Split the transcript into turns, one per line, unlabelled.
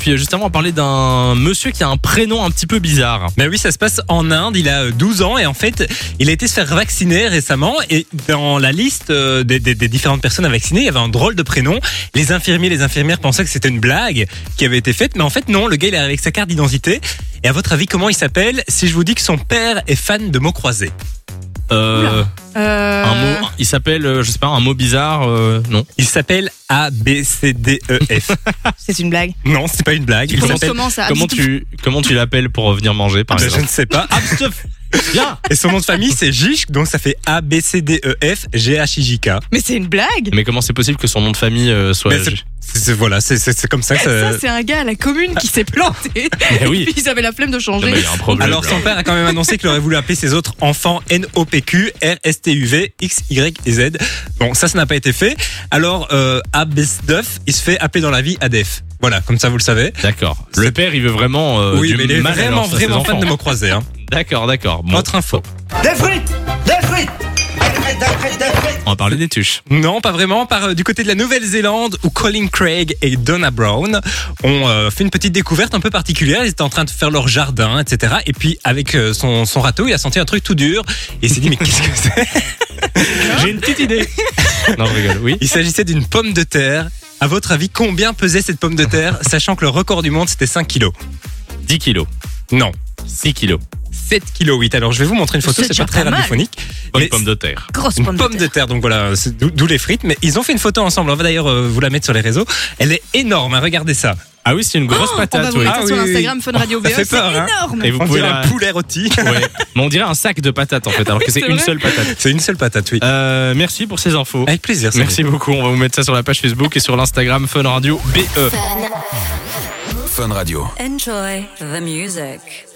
puis euh, justement, on parlait d'un monsieur qui a un prénom un petit peu bizarre.
Mais Ben oui, ça se passe en Inde. Il a euh, 12 ans et en fait, il a été se faire vacciner récemment. Et dans la liste euh, des, des- des différentes personnes à vacciner, il y avait un drôle de prénom. Les infirmiers, les infirmières pensaient que c'était une blague qui avait été faite. Mais en fait, non, le gars, il est avec sa carte d'identité. Et à votre avis, comment il s'appelle si je vous dis que son père est fan de mots croisés
Euh,
Euh,
Un mot, il s'appelle, euh, je sais pas, un mot bizarre, euh, non.
Il s'appelle A, B, C, D, E, F.
C'est une blague.
non, c'est pas une blague. Il
Comment,
s'appelle-
comment ça
Comment tu, comment tu l'appelles pour euh, venir manger, par
Ben, Je
exemple Ah,
ne sais pas.
Abstuff Bien
Et son nom de famille, c'est Gishk, donc ça fait A, B, C, D, E, F, G, H, I, J, K.
Mais c'est une blague
Mais comment c'est possible que son nom de famille euh, soit.
Mais C'est- c'est- voilà, c'est- c'est c'est comme ça que ça.
Ça, c'est un gars à la commune qui s'est planté.
Mais oui. Ah, ben
Et puis ils avaient la flemme de
Non,
changer.
mais il y a un problème.
Alors,
là.
son père a quand même annoncé qu'il aurait voulu appeler ses autres enfants N-O-P-Q, R-S-T-U-V, X-Y et Z. Bon, ça, ça n'a pas été fait. Alors, euh, Abesdef, il se fait appeler dans la vie ADEF. Voilà, comme ça, vous le savez.
D'accord. Le père, il veut vraiment. euh,
oui,
du
mais il est
mal à
vraiment,
leurs- à ses
vraiment fan
enfants.
de mots croisés. Hein.
D'accord, d'accord. Bon,
Autre info.
Des frites Des frites Des frites, des frites, des frites
on va parler des tuches.
Non, pas vraiment. Par euh, du côté de la Nouvelle-Zélande, où Colin Craig et Donna Brown ont euh, fait une petite découverte un peu particulière. Ils étaient en train de faire leur jardin, etc. Et puis, avec euh, son, son râteau, il a senti un truc tout dur. Et il s'est dit, mais qu'est-ce que c'est
Hein
J'ai une petite idée. non, je rigole, oui.
Il s'agissait d'une pomme de terre. À votre avis, combien pesait cette pomme de terre, sachant que le record du monde, c'était 5 kilos
10 kilos.
Non,
6 kilos.
7 kilos 8. Alors, je vais vous montrer une photo,
C'est
c'est pas
déjà
très
pas mal.
radiophonique.
Bonne
Mais
pomme de terre.
Grosse
Une pomme de terre, donc voilà, c'est d'où d'où les frites. Mais ils ont fait une photo ensemble. On va d'ailleurs euh, vous la mettre sur les réseaux. Elle est énorme, hein, regardez ça.
Ah oui, c'est une grosse
Oh, On va
patate,
vous
oui.
mettre
Ah
ça sur
oui, oui.
Instagram Fun Radio
Ça
VE,
fait
C'est
peur, hein.
énorme.
Et vous
On
pouvez
dirait
la...
un poulet rôti.
Ouais. Mais on dirait un sac de patates en fait, alors que c'est
c'est
une
vrai.
seule patate.
C'est une seule patate, oui.
Euh, merci pour ces infos.
Avec plaisir. Samy.
Merci beaucoup. On va vous mettre ça sur la page Facebook et sur l'Instagram E. Fun Radio BE.
Fun Radio.
Enjoy the music.